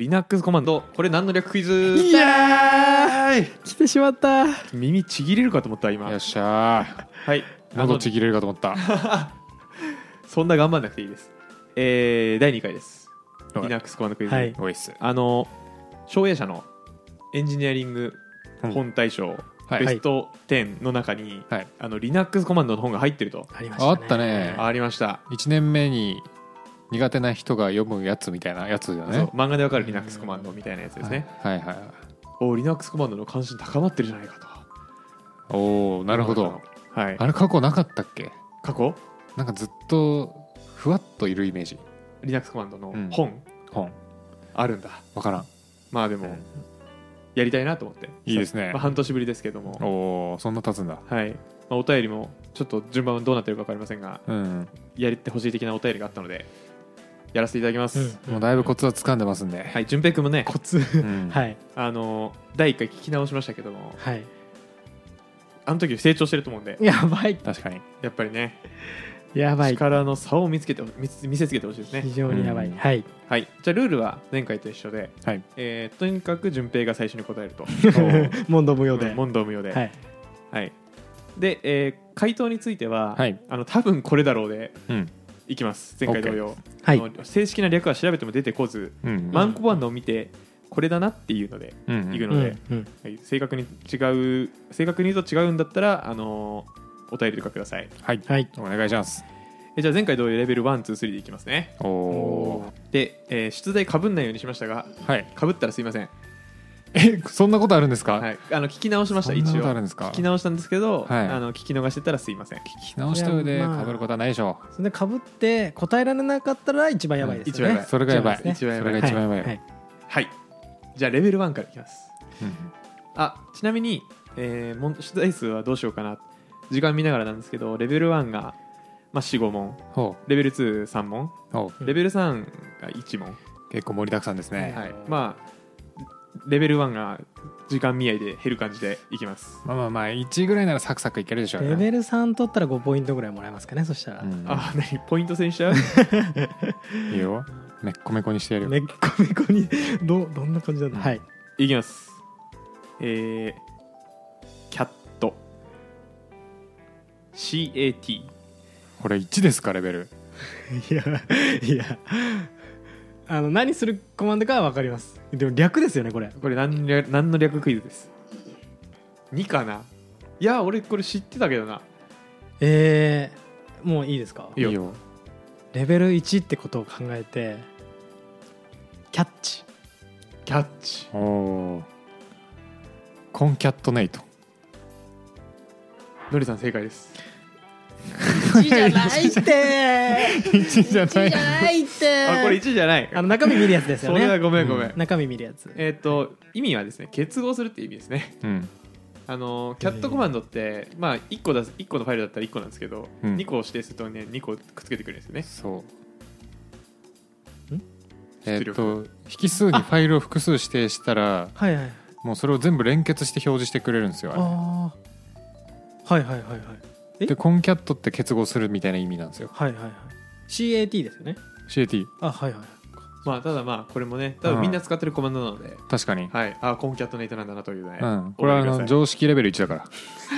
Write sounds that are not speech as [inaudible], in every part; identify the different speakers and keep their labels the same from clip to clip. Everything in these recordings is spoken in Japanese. Speaker 1: Linux コマンドこれ何の略クイズ
Speaker 2: [laughs] いやーい
Speaker 3: 来てしまった
Speaker 1: 耳ちぎれるかと思った今
Speaker 2: よっしゃ
Speaker 1: はい
Speaker 2: ー喉ちぎれるかと思 [laughs] った
Speaker 1: そんな頑張んなくていいですえー、第2回です
Speaker 2: はい
Speaker 1: Linux コマンドクイズ、
Speaker 3: はい
Speaker 2: おいっす
Speaker 1: あの障害者のエンジニアリング本大賞、
Speaker 2: はい
Speaker 1: ベスト10の中に、
Speaker 2: はい
Speaker 1: あの Linux コマンドの本が入ってると
Speaker 3: ありましたね
Speaker 2: あったね
Speaker 1: ありました、
Speaker 2: 1年目に苦手な人が読むやつみたいなやつだ
Speaker 1: そう
Speaker 2: ね
Speaker 1: 漫画でわかる Linux コマンドみたいなやつですね、
Speaker 2: はいはいはい
Speaker 1: お Linux コマンドの関心高まってるじゃないかと
Speaker 2: おおなるほど
Speaker 1: はい
Speaker 2: あれ過去なかったっけ
Speaker 1: 過去
Speaker 2: なんかずっとふわっといるイメージ
Speaker 1: Linux コマンドの
Speaker 2: うん
Speaker 1: 本
Speaker 2: 本
Speaker 1: あるんだ、
Speaker 2: わからん
Speaker 1: まあでも、
Speaker 2: うん
Speaker 1: やりたいなと思って
Speaker 2: いいですね
Speaker 1: まあ、半年ぶりですけども
Speaker 2: おおそんな経つんだ
Speaker 1: はい、まあ、お便りもちょっと順番はどうなってるか分かりませんが
Speaker 2: うん
Speaker 1: やりてほしい的なお便りがあったのでやらせていただきます、
Speaker 3: うん
Speaker 2: もうだいぶコツは掴んでますんで
Speaker 1: はい順平君もねコツ
Speaker 2: うん
Speaker 3: はい
Speaker 1: [laughs] あの第1回聞き直しましたけども
Speaker 3: はい
Speaker 1: あの時より成長してると思うんで
Speaker 3: やばい
Speaker 2: 確かに
Speaker 1: やっぱりね
Speaker 3: やばい
Speaker 1: 力の差を見つけて見つ見せつけてほしいですね
Speaker 3: 非常にやばい、
Speaker 2: うん
Speaker 3: はい
Speaker 1: はいじゃあルールは前回と一緒で、
Speaker 2: はい
Speaker 1: えーとにかく順平が最初に答えると
Speaker 3: 問 [laughs] 答無用で、
Speaker 1: うん問答無用で
Speaker 3: は
Speaker 1: はい、
Speaker 3: い
Speaker 1: で、えー回答については、
Speaker 2: はい
Speaker 1: あの多分これだろうで
Speaker 2: うん
Speaker 1: いきます前回同様、
Speaker 3: はい
Speaker 1: あの正式な略は調べても出てこず、
Speaker 2: うん
Speaker 1: マンコバンドを見てこれだなっていうので、
Speaker 2: うん
Speaker 1: いく
Speaker 3: う
Speaker 1: ので、
Speaker 3: んうん
Speaker 1: はい正確に違う正確に言うと違うんだったらあのーお便りとかください
Speaker 2: はい
Speaker 3: はい
Speaker 2: お願いします
Speaker 1: えじゃあ前回同様レベル123でいきますね
Speaker 2: おお
Speaker 1: で、えー出題かぶんないようにしましたが
Speaker 2: はい
Speaker 1: かぶったらすいません、
Speaker 2: えそんなことあるんですか、
Speaker 1: はい、あの聞き直しました
Speaker 2: そん
Speaker 1: 一
Speaker 2: なこと
Speaker 1: 応
Speaker 2: あるんですか
Speaker 1: 聞き直したんですけど、
Speaker 2: はい
Speaker 1: あの聞き逃してたらすいません
Speaker 2: 聞き直した上で
Speaker 3: いやまあ
Speaker 2: かぶることはないでしょ
Speaker 3: それでかぶって答えられなかったら一番やばいですよ
Speaker 1: うん一番や
Speaker 3: ね、
Speaker 1: ば
Speaker 2: う、
Speaker 1: い
Speaker 2: それがやばい
Speaker 3: [laughs] 一番
Speaker 2: そ
Speaker 1: やばい
Speaker 2: れが一番やばい、
Speaker 3: はい
Speaker 1: はいじゃあレベル1からいきます
Speaker 2: うん
Speaker 1: あちなみに、えー、問出題数はどうしようかな時間見ながらなんですけどレベル1が、まあ、45問
Speaker 2: ほ
Speaker 1: レベル23問
Speaker 2: うほ
Speaker 3: うん
Speaker 1: レベル3が1問、
Speaker 2: う結構盛りだくさんですね、
Speaker 1: はい、まあレベル1が時間見合いで減る感じでいきます、
Speaker 2: まあまあまあ1ぐらいならサクサクいけるでしょうね
Speaker 3: レベル3取ったら5ポイントぐらいもらえますかねそしたら、
Speaker 2: うん
Speaker 1: あ何ポイント制にし
Speaker 3: [laughs]
Speaker 1: ちゃう
Speaker 2: いいよめっこめこにしてやるよ、
Speaker 3: めっこめこにどどんな感じなんだ、
Speaker 2: うん
Speaker 3: はい
Speaker 1: いきますえー、キャット CAT
Speaker 2: これ1ですかレベル
Speaker 3: いやいやあの何するコマンドかは分かりますでも略ですよねこれ
Speaker 1: これ何略何の略クイズです2かないや俺これ知ってたけどな
Speaker 3: えー、もういいですか
Speaker 1: いいよ
Speaker 3: レベル1ってことを考えてキャッチ
Speaker 1: キャッチ
Speaker 2: おおーコンキャットネイト
Speaker 1: のりさん正解です
Speaker 3: 1じゃないって
Speaker 2: 1じゃ
Speaker 3: 1じゃ
Speaker 2: ない
Speaker 3: ないって
Speaker 1: あこれ1じゃない
Speaker 3: あの中身見るやつですよ
Speaker 1: それは
Speaker 3: ね
Speaker 1: ごめんごめん、
Speaker 2: う
Speaker 3: 中身見るやつ
Speaker 1: えっ、と意味はですね結合するっていう意味ですね
Speaker 2: うん
Speaker 1: あのキャットコマンドって、まあ1個だ1個のファイルだったら1個なんですけど、
Speaker 2: うん
Speaker 1: 2個指定するとね2個くっつけてくるんですよね
Speaker 2: そう
Speaker 3: うん
Speaker 2: え
Speaker 1: 出
Speaker 2: ーっ
Speaker 1: 力
Speaker 2: と引数にファイルを複数指定したら
Speaker 3: はいはい
Speaker 2: もうそれを全部連結して表示してくれるんですよあれ
Speaker 3: ああはいはいはいはいえ
Speaker 2: でコンキャットって結合するみたいな意味なんですよ
Speaker 3: はいはいはい CAT ですよね
Speaker 2: CAT
Speaker 3: あはいはい
Speaker 1: まあただまあこれもね多
Speaker 2: う
Speaker 1: 分
Speaker 2: ん
Speaker 1: みんな使ってるコマンドなので、
Speaker 2: 確かに、
Speaker 1: はいあコンキャットネイトなんだなというね、
Speaker 2: うん、これ
Speaker 1: 覚えて
Speaker 2: はあの
Speaker 1: ください
Speaker 2: 常識レベル1だか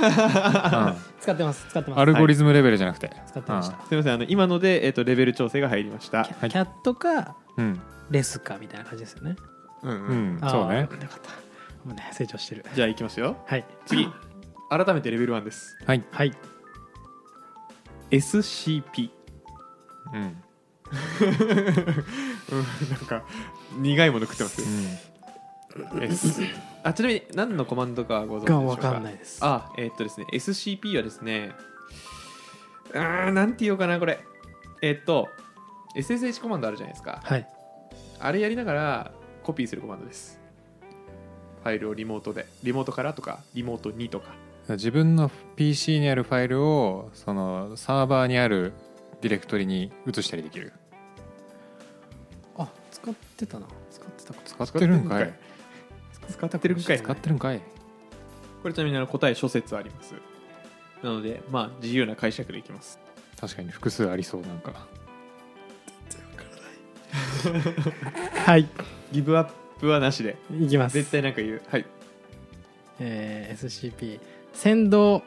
Speaker 2: ら、
Speaker 3: 使ってます使って
Speaker 2: うん
Speaker 3: ます
Speaker 2: アルゴリズムレベルじゃなくて、
Speaker 3: 使ってました
Speaker 1: すみませんあの今ので、えっとレベル調整が入りました
Speaker 3: キャ
Speaker 2: はい
Speaker 3: キャットか
Speaker 2: うん
Speaker 3: レスかみたいな感じですよね
Speaker 1: うん
Speaker 2: う
Speaker 1: うん
Speaker 2: ん
Speaker 3: あー
Speaker 2: そう
Speaker 3: よ
Speaker 2: ね
Speaker 3: かったよかったもうね成長してる
Speaker 1: じゃあいきますよ
Speaker 3: はい
Speaker 1: 次改めてレベル1です
Speaker 2: はい、
Speaker 3: はい
Speaker 1: SCP
Speaker 2: うんうん
Speaker 1: うんなんか苦いもの食ってます、S [laughs] あちなみに何のコマンドかご存知でし
Speaker 3: が
Speaker 1: ょうか
Speaker 3: 分かんないです
Speaker 1: あえーっとですね SCP はですねうーんなんて言おうかなこれえーっと SSH コマンドあるじゃないですか
Speaker 3: はい
Speaker 1: あれやりながらコピーするコマンドですファイルをリモートでリモートからとかリモートにとか
Speaker 2: 自分の PC にあるファイルをそのサーバーにあるディレクトリに移したりできる
Speaker 3: あ使ってたな使ってた
Speaker 2: 使ってるんか
Speaker 1: 使ってるん
Speaker 2: い
Speaker 1: 使ってるんかい
Speaker 2: 使ってるんかい
Speaker 1: これちなみにあの答え諸説ありますなのでまあ自由な解釈でいきます
Speaker 2: 確かに複数ありそうなんか
Speaker 3: はい
Speaker 1: ギブアップはなしで
Speaker 3: いきます
Speaker 1: 絶対なんか言うはい
Speaker 3: えー SCP 先導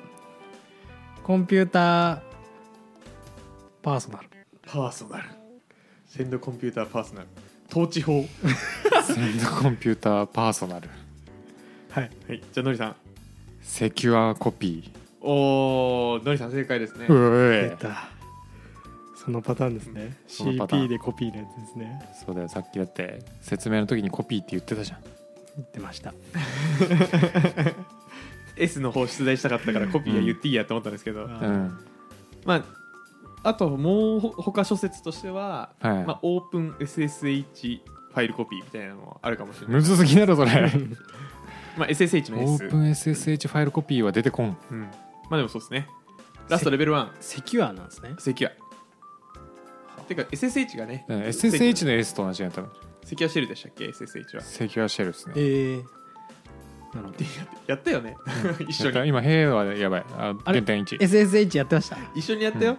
Speaker 3: コンピューターパーソナル
Speaker 1: パーソナルセンドコンピューターパーソナル統治法
Speaker 2: センドコンピューターパーソナル
Speaker 3: はい
Speaker 1: はいじゃあのりさん
Speaker 2: セキュアコピ
Speaker 1: おーのりさん正解ですね
Speaker 2: ーう
Speaker 3: 出
Speaker 2: え
Speaker 3: たそのパターンですね
Speaker 2: そのパターン
Speaker 3: CP でコピーのやつですね
Speaker 2: そうだよさっきだって説明の時にコピーって言ってたじゃん
Speaker 3: 言ってました
Speaker 1: S の方出題したかったからコピーは言っていいやと思ったんですけど、
Speaker 3: うん
Speaker 2: うん
Speaker 1: まああともうほ他諸説としては、
Speaker 2: はい、
Speaker 1: まあ、オープン SSH ファイルコピーみたいなのもあるかもしれない
Speaker 2: む、ずすぎだろそれ
Speaker 1: まあ、SSH の
Speaker 2: オ
Speaker 1: S
Speaker 2: ープン SSH ファイルコピーは出てこん
Speaker 1: うん、まあでもそうですねラストレベル1
Speaker 3: セキュアなんですね
Speaker 1: セキュアてか SSH がね
Speaker 2: うん SSH
Speaker 1: の
Speaker 2: の S と同じやったの
Speaker 1: セキュアシェルでしたっけ SSH は
Speaker 2: セキュアシェルですね
Speaker 3: ええなるほど [laughs]
Speaker 1: やったよね [laughs] 一緒
Speaker 2: やった
Speaker 1: に
Speaker 2: 今平和やばいあ
Speaker 3: あれ
Speaker 2: 原点1
Speaker 3: SSH やってました
Speaker 1: 一緒にやったよ、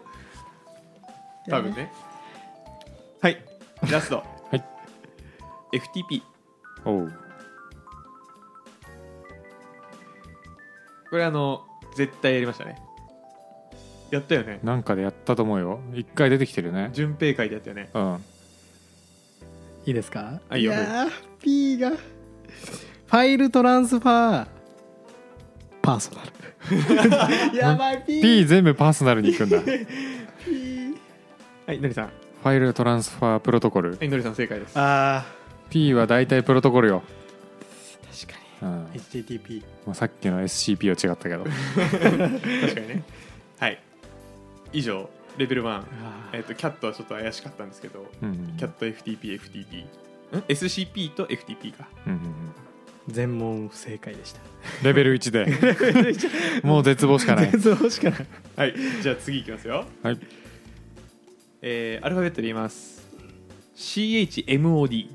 Speaker 1: 多分ねはいラスト
Speaker 2: はい
Speaker 1: FTP
Speaker 2: おう
Speaker 1: これあの絶対やりましたねやったよね
Speaker 2: なんかでやったと思うよ一回出てきてるよね
Speaker 1: 順平会でやったよね
Speaker 2: うん
Speaker 3: いいですか
Speaker 1: はいよ
Speaker 3: やー P がファイルトランスファーパーソナル [laughs] やばい P,
Speaker 2: P 全部パーソナルに行く
Speaker 1: [laughs]
Speaker 2: んだフ
Speaker 3: P
Speaker 1: はいのりさんは
Speaker 2: ァイルトランスファープロトコル
Speaker 1: いのりさん正解です
Speaker 3: あ
Speaker 2: P は大体プロトコルよ、
Speaker 3: ー確か
Speaker 2: うん
Speaker 3: に HTTP
Speaker 2: まあ、さっきの SCP は違ったけど
Speaker 1: 確かにね [laughs] はい以上レベル1
Speaker 3: あ
Speaker 1: えっとキャットはちょっと怪しかったんですけど
Speaker 2: うん
Speaker 1: キャット FTP、FTP。ん ?SCP と FTP か。
Speaker 2: うんうんうん
Speaker 3: 全問不正解でした [laughs]
Speaker 2: レベル1
Speaker 1: [laughs]
Speaker 2: でもう絶望しかない
Speaker 3: 絶望しかない
Speaker 1: はい、じゃあ次いきますよ。
Speaker 2: はい
Speaker 1: えー、アルファベットで言います。CHMOD。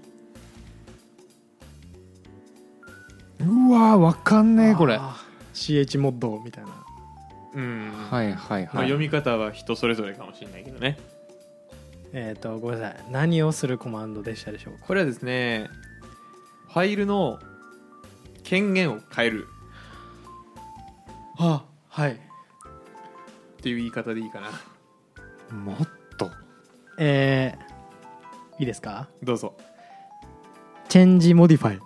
Speaker 2: うわーわかんねえこれは
Speaker 3: あー CH モッドみたいな
Speaker 1: うん。い。
Speaker 2: いはい
Speaker 1: まあ、
Speaker 2: はい、
Speaker 1: 読み方は人それぞれかもしれないけどね。
Speaker 3: えっ、とごめんなさい何をするコマンドでしたでしょうか
Speaker 1: これはですね、ファイルの権限を変える
Speaker 3: あはい
Speaker 1: っていう言い方でいいかな。
Speaker 2: もっと
Speaker 3: えー、いいですか
Speaker 1: どうぞ。
Speaker 3: チェンジモディファイ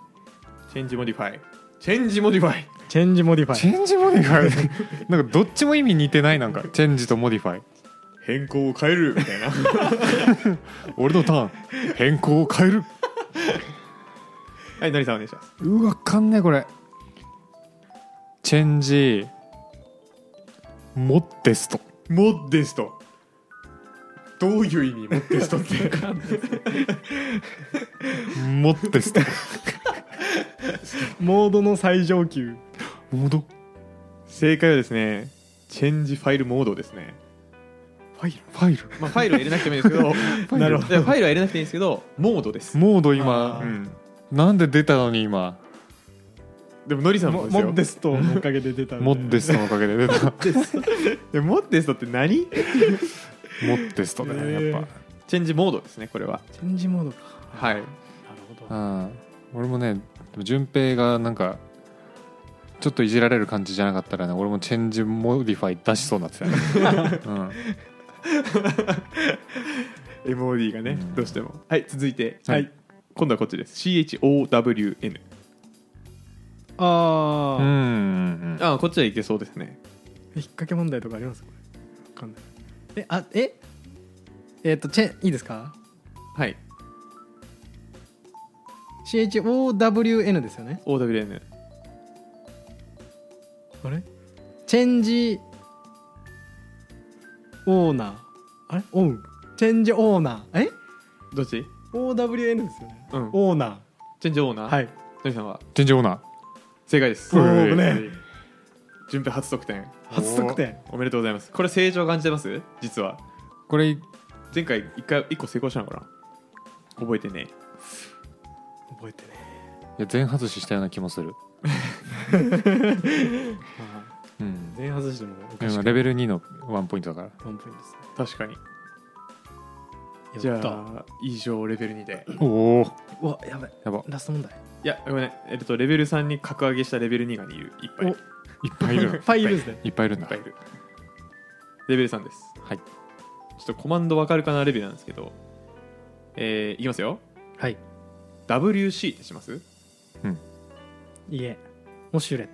Speaker 1: チェンジモディファイ。チェンジモディファイ。
Speaker 3: チェンジモディフ
Speaker 2: チ
Speaker 3: ァイ
Speaker 2: ェンジモディファイ [laughs] なんかどっちも意味似てないなんかチェンジとモディファイ
Speaker 1: 変更を変えるみた [laughs] いな。
Speaker 2: 俺のターン変更を変える
Speaker 1: はい、のりさんお願いします。
Speaker 2: うわわかんねえこれチェンジモッテスト
Speaker 1: モッデスト。どういう意味モッデストって。
Speaker 2: モッテスト
Speaker 3: モードの最上級
Speaker 2: モード
Speaker 1: [laughs] 正解はですねチェンジファイルモードですね、
Speaker 2: ファイルファイル
Speaker 1: まあ、ファイルは入れなくてもいいですけ [laughs] ど
Speaker 2: ル
Speaker 1: なるほどいやファイルは入れなくていいんですけどモードです、
Speaker 2: モード
Speaker 3: あ
Speaker 2: 今
Speaker 1: う
Speaker 3: ー
Speaker 1: ん、
Speaker 2: なんで出たのに今
Speaker 1: でもノリさんもで
Speaker 3: モ
Speaker 1: すよ
Speaker 3: モッデストのおかげで出た [laughs] んで
Speaker 2: モッテストのおかげで出たモ
Speaker 1: でモッデストって何
Speaker 2: ッテストだねやっ
Speaker 1: チェンジモードですねこれは
Speaker 3: チェンジモードか
Speaker 1: はい
Speaker 3: なるほ
Speaker 2: ぱうん俺もねでも順平がなんかちょっといじられる感じじゃなかったらね俺もチェンジモディファイ出しそうになってた [laughs] ね、うん、
Speaker 1: MOD がね、
Speaker 2: うん
Speaker 1: どうしてもはい続いて、
Speaker 2: はい
Speaker 1: 今度はこっちです CHOWN
Speaker 3: どあ
Speaker 2: うんうん
Speaker 3: あ
Speaker 1: ああこっちはいけそうですね
Speaker 3: 引っ掛け問題とかありますこれわかんないえあええっ、とチェンいいですか
Speaker 1: はい
Speaker 3: CHOWN ですよね
Speaker 1: OWN
Speaker 3: あれチェンジオーナーあれオウチェンジオーナーえ
Speaker 1: どっち
Speaker 3: ?OWN ですよね、
Speaker 1: うん
Speaker 3: オーナ
Speaker 1: チェンジオー
Speaker 3: ー
Speaker 1: ナー
Speaker 3: はい
Speaker 1: ノリさんは
Speaker 2: チェンジオーナー
Speaker 1: 正解です
Speaker 2: お
Speaker 3: ー
Speaker 1: ね
Speaker 3: 危
Speaker 1: 順平初得点
Speaker 3: 初得点
Speaker 1: おめでとうございますこれ正常感じてます実は
Speaker 2: これ
Speaker 1: 前回一回一個成功したのかな覚えてね
Speaker 3: 覚えてね
Speaker 2: いや全外ししたような気も [laughs] する、うん、
Speaker 3: 全外してもおかしく
Speaker 2: レベル2のワンポイントだから
Speaker 3: ワンポイントで
Speaker 1: 確
Speaker 3: すね
Speaker 1: かにじ
Speaker 3: や
Speaker 1: ゃ
Speaker 3: った
Speaker 1: あ以上レベル2で
Speaker 2: おお
Speaker 3: うわやばい
Speaker 2: やば
Speaker 3: ラスト問題
Speaker 1: いやごめんえっとレベル3に格上げしたレベル2がいるいっぱいいっ
Speaker 2: いっぱいいるの
Speaker 3: いっぱいいるんですね
Speaker 2: [laughs] いっ [laughs] ぱいいるんだ
Speaker 1: ぱいいるレベル3です
Speaker 2: はい
Speaker 1: ちょっとコマンドわかるかなレベルなんですけどえー、いきますよ
Speaker 3: はい
Speaker 1: WC ってします
Speaker 3: いいえモシュレ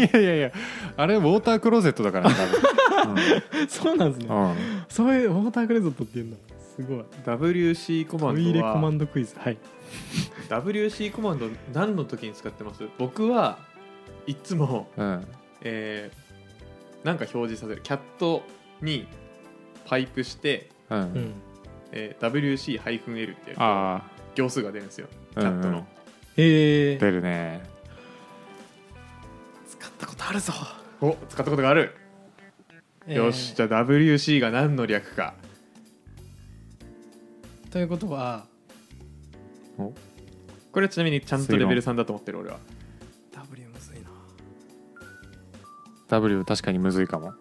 Speaker 2: いやいやいやあれウォータークローゼットだからね多分
Speaker 3: [laughs] そうなんです
Speaker 2: う
Speaker 3: ね
Speaker 2: んうん
Speaker 3: そういうウォータークレゾットって言うんだすごい
Speaker 1: WC コマ
Speaker 3: ト
Speaker 1: ンド
Speaker 3: イレコマ
Speaker 1: は
Speaker 3: ンドクイズはい
Speaker 1: WC コマンド何の時に使ってます僕はいつも
Speaker 2: うん
Speaker 1: えー、なんか表示させるキャットにパイプして、
Speaker 2: う
Speaker 3: うんん
Speaker 1: えー WC-L ってやると
Speaker 2: あ
Speaker 1: 行数が出るんですよ
Speaker 2: あ
Speaker 1: キャットの、
Speaker 3: えー
Speaker 2: 出るね
Speaker 3: 使ったことあるぞ
Speaker 1: お使ったことがある、よしじ
Speaker 3: ゃ
Speaker 1: ゃあ WC が何の略か
Speaker 3: ということは
Speaker 1: これはちなみにちゃんとレベル3だと思ってる俺は
Speaker 3: W むずいな
Speaker 2: W 確かにむずいかも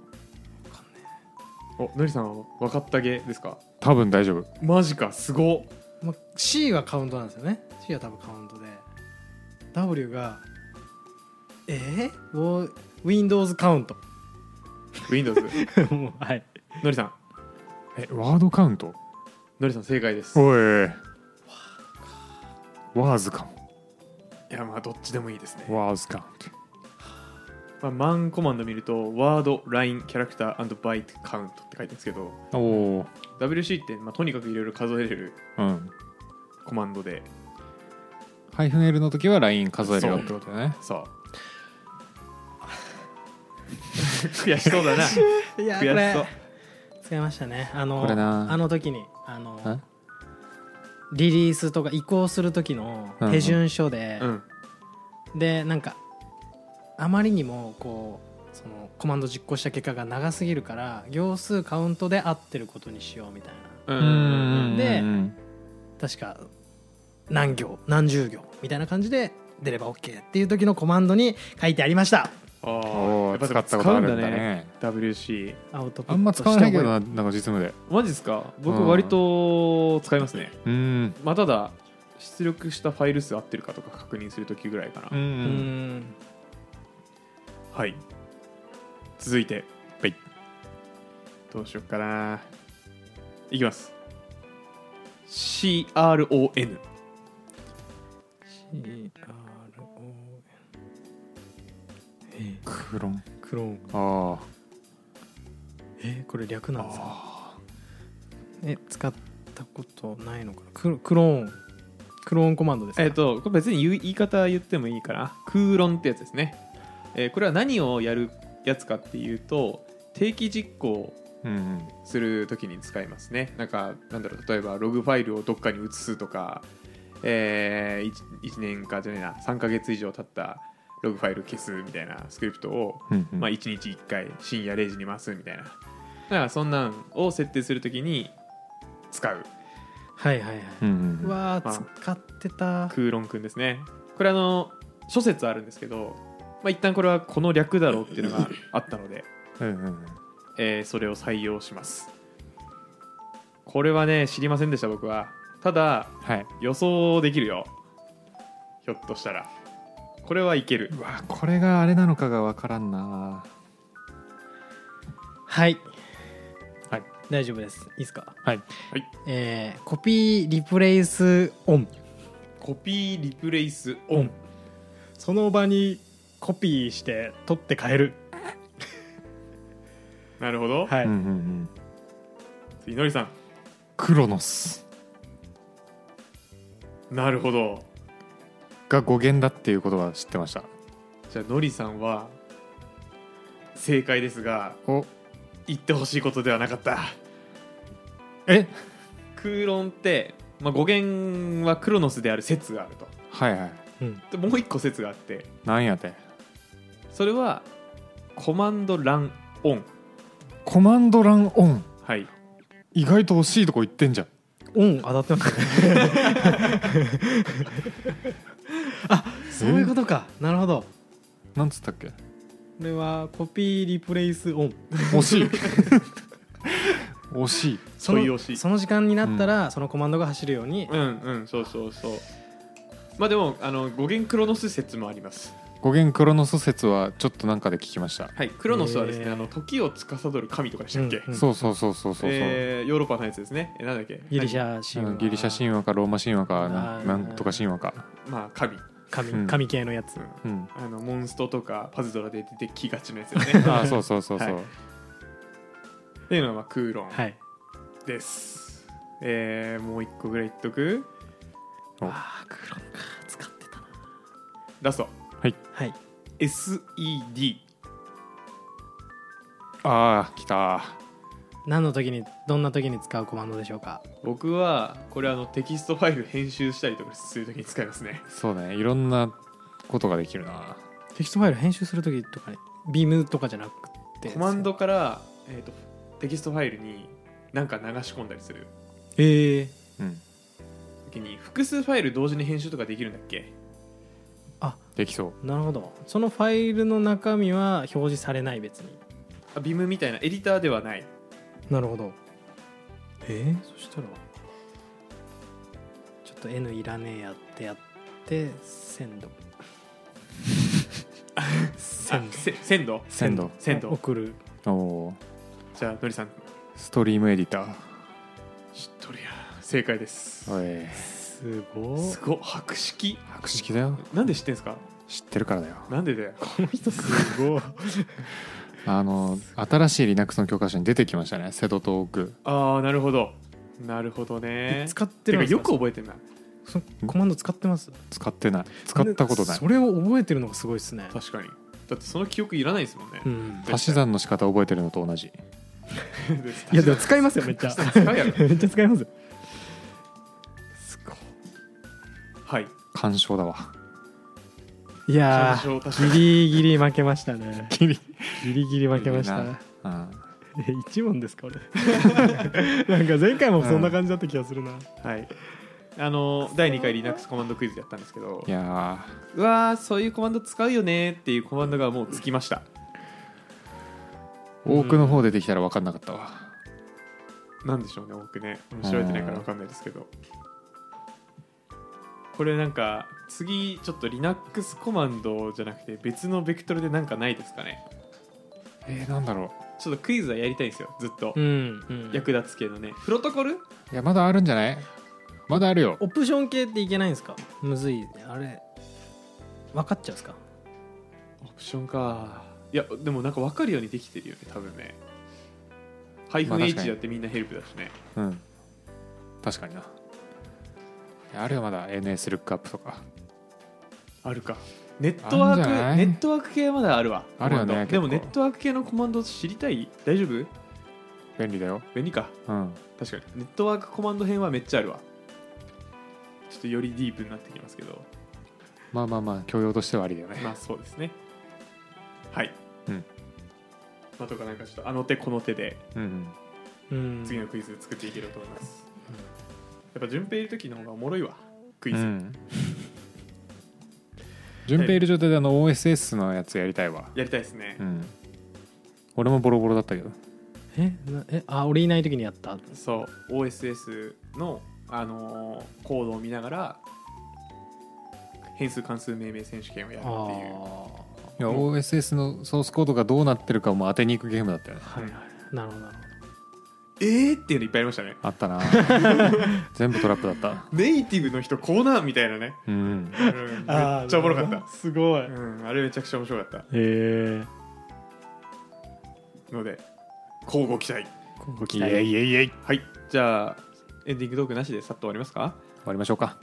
Speaker 1: おのりさんは分かったげですか
Speaker 2: 多分大丈夫
Speaker 1: マジかすごっ
Speaker 3: まあ、C がカウントなんですよね C が多分カウントで W がえー、ウォ Windows カウント
Speaker 2: [laughs]
Speaker 1: Windows
Speaker 3: もうはい
Speaker 1: のりさん
Speaker 2: えワードカウント
Speaker 1: のりさん正解ですい
Speaker 2: おいワーズかも
Speaker 1: やまあどっちでもいいですね
Speaker 2: ワーズカウント
Speaker 1: まあ、マンコマンド見るとワードラインキャラクターバイトカウントって書いてあるんですけど
Speaker 2: おお
Speaker 1: WC って、まあ、とにかくいろいろ数えれる
Speaker 2: うん
Speaker 1: コマンドで
Speaker 2: ハイフン L の時はライン数えるよってことだね
Speaker 1: そう [laughs] 悔しそうだ
Speaker 2: [laughs]
Speaker 1: ない悔
Speaker 3: やーこ
Speaker 1: し
Speaker 3: れ
Speaker 1: そう
Speaker 3: 使いましたねあの
Speaker 2: これな
Speaker 3: あの時にあの
Speaker 2: え
Speaker 3: リリースとか移行する時の手順書で、
Speaker 1: うん
Speaker 3: でなんかあまりにもこうそのコマンド実行した結果が長すぎるから行数カウントで合ってることにしようみたいな
Speaker 1: う
Speaker 2: うんん
Speaker 3: で
Speaker 2: うん
Speaker 3: 確か何行何十行みたいな感じで出れば OK っていう時のコマンドに書いてありました
Speaker 1: あー
Speaker 2: お
Speaker 1: や
Speaker 2: お
Speaker 1: っぱ
Speaker 2: 使ったことあるんだ
Speaker 1: 使うんだね
Speaker 2: ね
Speaker 1: WC
Speaker 3: アウトプ
Speaker 2: あ
Speaker 3: ッ
Speaker 2: んま
Speaker 3: ト
Speaker 2: 使わないけど
Speaker 3: して
Speaker 2: ななんか実務で
Speaker 1: マジですか
Speaker 2: う
Speaker 1: 僕
Speaker 2: ん
Speaker 1: 割と使いますね、
Speaker 2: うん
Speaker 1: まあただ出力したファイル数合ってるかとか確認するときぐらいかな、
Speaker 2: う
Speaker 3: 覚えるうんん
Speaker 1: はい続いて
Speaker 2: はい
Speaker 1: どうしよっかないきます CRON
Speaker 3: CRO え
Speaker 2: クロン
Speaker 3: クローン
Speaker 2: あ
Speaker 3: えこれ略なんですかえ使ったことないのかなククローンクローンコマンドですか
Speaker 1: えっ、とこれ別に言う言い方言ってもいいかな空論ってやつですね、えーこれは何をやるやつかっていうと定期実行
Speaker 2: あうんうん
Speaker 1: するときに使いますねなんかなんだろう例えばログファイルをどっかに移すとか、え 1, 年かじゃねえな3ヶ月以上経ったログファイル消すみたいなスクリプトを、
Speaker 2: うんうん
Speaker 1: まあ、1日1回深夜0時に回すみたいなだからそんなんを設定するときに使う
Speaker 3: はいはいはい、
Speaker 2: う
Speaker 3: うん
Speaker 2: うんうん
Speaker 3: わ
Speaker 1: ま
Speaker 3: ー
Speaker 1: あ
Speaker 3: 使ってた
Speaker 1: 空論くんですねこれあの諸説あるんですけど、まあ、一旦これはこの略だろうっていうのがあったので、
Speaker 2: うんうん
Speaker 1: えーそれを採用しますこれはね知りませんでした僕はただ
Speaker 2: はい
Speaker 1: 予想できるよひょっとしたらこれはいける
Speaker 2: うわこれがあれなのかがわからんな
Speaker 3: はい
Speaker 2: はい
Speaker 3: 大丈夫ですいいですか
Speaker 2: はい
Speaker 3: えーコピーリプレイスオン
Speaker 1: コピーリプレイスオン
Speaker 3: その場にコピーして取って変える
Speaker 1: なるほど、
Speaker 3: は
Speaker 2: うんうんうん
Speaker 1: 次のりさ
Speaker 2: クロノス
Speaker 1: んなるほど
Speaker 2: が語源だっていうことは知ってました
Speaker 1: じゃあのりさんは正解ですが
Speaker 2: お
Speaker 1: 言ってほしいことではなかった
Speaker 2: え
Speaker 1: 空論って、まあ、語源はクロノスである説があると
Speaker 2: はいはい
Speaker 3: うん
Speaker 1: でもう一個説があって
Speaker 2: なんやて
Speaker 1: それはコマンド欄オン
Speaker 2: コマンド欄オン
Speaker 1: はい
Speaker 2: 意外と惜しいとこ行ってんじゃん
Speaker 3: オン当たってますねあそういうことかなるほど
Speaker 2: なんつったっけ
Speaker 3: これはコピーリプレイスオン
Speaker 2: 惜しい [laughs] 惜しい
Speaker 3: そ
Speaker 1: 問い押
Speaker 3: の
Speaker 1: し
Speaker 3: その時間になったら、そのコマンドが走るように、
Speaker 1: うんうんそうそうそうまあでもあの語源クロノス説もあります
Speaker 2: 語源クロノス説はちょっとなんかで聞きました、
Speaker 1: はいクロノスはですね、
Speaker 3: へー
Speaker 1: あの時を司る神とかでしたっけ、
Speaker 3: うんうん
Speaker 2: そうそうそうそうそうそう、
Speaker 1: えーヨーロッパのやつですねえなんだっけ
Speaker 3: ギリシャ神
Speaker 2: う
Speaker 3: 話
Speaker 2: んギリシャ神話かローマ神話かな
Speaker 3: あー
Speaker 2: なんとか神話か、
Speaker 1: 何まあ神、
Speaker 3: 神,、
Speaker 2: うん
Speaker 3: 神系のやつ、
Speaker 1: うん
Speaker 3: [laughs]
Speaker 2: うん、
Speaker 1: あのモンストとかパズドラで出てきがちのやつですね
Speaker 2: あーそうそうそうそう、
Speaker 1: はいっていうのはまあクーロン
Speaker 3: はい
Speaker 1: です、えーもう一個ぐらい言っとく
Speaker 2: お
Speaker 3: あークロンか使ってたな
Speaker 1: ラスト
Speaker 3: はい
Speaker 1: SED
Speaker 2: ああ来た
Speaker 3: 何の時にどんな時に使うコマンドでしょうか
Speaker 1: 僕はこれあのテキストファイル編集したりとかするときに使いますね
Speaker 2: そうだねいろんなことができるな
Speaker 3: テキストファイル編集する時とかにビームとかじゃなくて
Speaker 1: コマンドから、えー、とテキストファイルになんか流し込んだりする
Speaker 3: ええ
Speaker 2: うん
Speaker 1: 時に複数ファイル同時に編集とかできるんだっけ
Speaker 2: できそう
Speaker 3: なるほどそのファイルの中身は表示されない別に
Speaker 1: あビムみたいなエディターではない
Speaker 3: なるほどえー、そしたらちょっと N いらねえやってやって [laughs] 鮮度鮮
Speaker 1: あせ鮮度
Speaker 2: 鮮度
Speaker 1: 鮮
Speaker 3: 度
Speaker 1: 度
Speaker 3: 送る
Speaker 2: おおー
Speaker 1: じゃあのりさん
Speaker 2: ストリームエディタ
Speaker 1: 知っとるや正解です
Speaker 2: ーおい
Speaker 3: すごい
Speaker 1: すごい博識
Speaker 2: 白識だよ
Speaker 1: なんで知ってんすか
Speaker 2: 知ってるからだよ
Speaker 1: なんでだよ
Speaker 3: この人すごい
Speaker 2: あの新しい Linux の教科書に出てきましたねセドトーク
Speaker 1: ああなるほどなるほどね
Speaker 3: 使ってるん
Speaker 1: て
Speaker 3: で
Speaker 1: か
Speaker 3: すか
Speaker 1: よく覚えてんな
Speaker 3: そのコマンド使ってます
Speaker 2: 使ってない使ったことない
Speaker 3: それを覚えてるのがすごいですね
Speaker 1: 確かにだってその記憶いらないですもん [laughs] ね、
Speaker 3: うん
Speaker 2: 足し算の仕方覚えてるのと同じ
Speaker 3: いやでも使いますよめっち
Speaker 1: [laughs]
Speaker 3: ゃ
Speaker 1: 使うやろ
Speaker 3: [laughs] めっちゃ使いますすご
Speaker 1: はい
Speaker 2: 干渉だわ
Speaker 3: いいや
Speaker 2: [laughs]
Speaker 1: 干渉確か
Speaker 3: ー
Speaker 1: に
Speaker 3: ギリギリ負けましたね
Speaker 2: ギリ
Speaker 3: ギリギリ負けました
Speaker 2: ギリなうん
Speaker 3: え一問ですか俺 [laughs] なんか前回もそんな感じだった気がするな、
Speaker 1: はいあの第2回 Linux コマンドクイズやったんですけど
Speaker 2: いや
Speaker 1: うわーそういうコマンド使うよねーっていうコマンドがもうつきました
Speaker 2: ー多くの方出てきたら分かんなかったわ
Speaker 1: なんでしょうね多くね調べてないから分かんないですけどこれなんか次ちょっと Linux コマンドじゃなくて別のベクトルでなんかないですかね
Speaker 2: えー、なんだろ
Speaker 1: ちょっとクイズはやりたいんですよずっと、
Speaker 3: うんうん
Speaker 1: 役立つ系のねプロトコル
Speaker 2: ういやまだあるんじゃないまだあるよ
Speaker 3: オプション系っていけないんですかむずいあれ分かっちゃうんですか
Speaker 1: オプションかいやでもなんか分かるようにできてるよね多分ねハイフン
Speaker 2: まあ確か
Speaker 1: H
Speaker 2: に
Speaker 1: だってみんなヘルプだしね
Speaker 2: うん確かにないやあるよまだ NS ルックアップとか
Speaker 1: あるかネットワ
Speaker 2: あんじゃ
Speaker 1: ー
Speaker 2: な
Speaker 1: クネ
Speaker 2: い
Speaker 1: ットワーク系はまだあるわ
Speaker 2: あるよね
Speaker 1: コマンド
Speaker 2: 結
Speaker 1: で
Speaker 2: 構
Speaker 1: もネットワーク系のコマンド知りたい大丈夫
Speaker 2: 便利だよ
Speaker 1: 便利か
Speaker 2: うん
Speaker 1: 確かにネットワークコマンド編はめっちゃあるわちょっとよりディープになってきますけど
Speaker 2: まあまあまあ教養としてはありだよね、
Speaker 1: まあそうですねはい
Speaker 2: うん
Speaker 1: まあとかなんかちょっとあの手この手で
Speaker 2: うんうん
Speaker 3: うん
Speaker 1: 次のクイズ作っていけると思います、やっぱ順平いる時の方がおもろいわクイズ、
Speaker 2: うん、 [laughs] 順平いる状態であの OSS のやつやりたいわ、
Speaker 1: やりたいですね、
Speaker 2: うん、俺もボロボロだったけど
Speaker 3: えなえあ俺いない時にやった
Speaker 1: そう OSS の、あのーコードを見ながら変数関数命名選手権をやる
Speaker 3: あ
Speaker 1: っていう
Speaker 2: いや
Speaker 1: うん
Speaker 2: OSS のソースコードがどうなってるかも当てに行くゲームだったよね
Speaker 1: はいはい
Speaker 3: ーなるほどなるほ
Speaker 1: えーっていうのいっぱいありましたね
Speaker 2: あったな全部トラップだった
Speaker 1: ネイティブの人こうなんみたいなね、
Speaker 2: うん
Speaker 1: うんめっ
Speaker 3: どあー
Speaker 1: ちゃおもろかった
Speaker 3: すごいへ
Speaker 1: うん、あれめちゃくちゃ面白かっ
Speaker 3: え
Speaker 1: たので交互期待
Speaker 3: 今後期
Speaker 2: い
Speaker 3: 待
Speaker 2: えいえいえい終
Speaker 1: はいじゃあエンディングトークなしでさっと終わりますか
Speaker 2: わりましょうか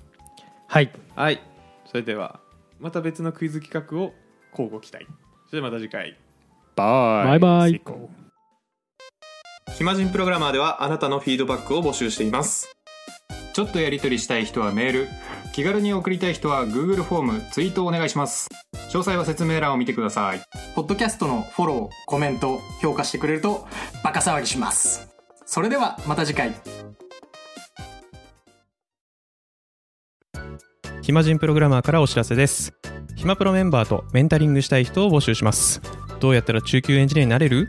Speaker 3: はい
Speaker 1: はいそれではまた別のクイズ企画を交互期待それではまた次回
Speaker 2: バイ
Speaker 3: バイバイ
Speaker 2: 成功
Speaker 4: 暇人プログラマーではあなたのフィードバックを募集しています
Speaker 5: ちょっとやり取りしたい人はメール気軽に送りたい人は Google フォームツイートをお願いします詳細は説明欄を見てください
Speaker 6: ポッドキャストのフォロー、コメント、評価してくれるとバカ騒ぎします。それではまた次回。
Speaker 7: 暇人プログラマーからお知らせです暇プロメンバーとメンタリングしたい人を募集しますどうやったら中級エンジニアになれる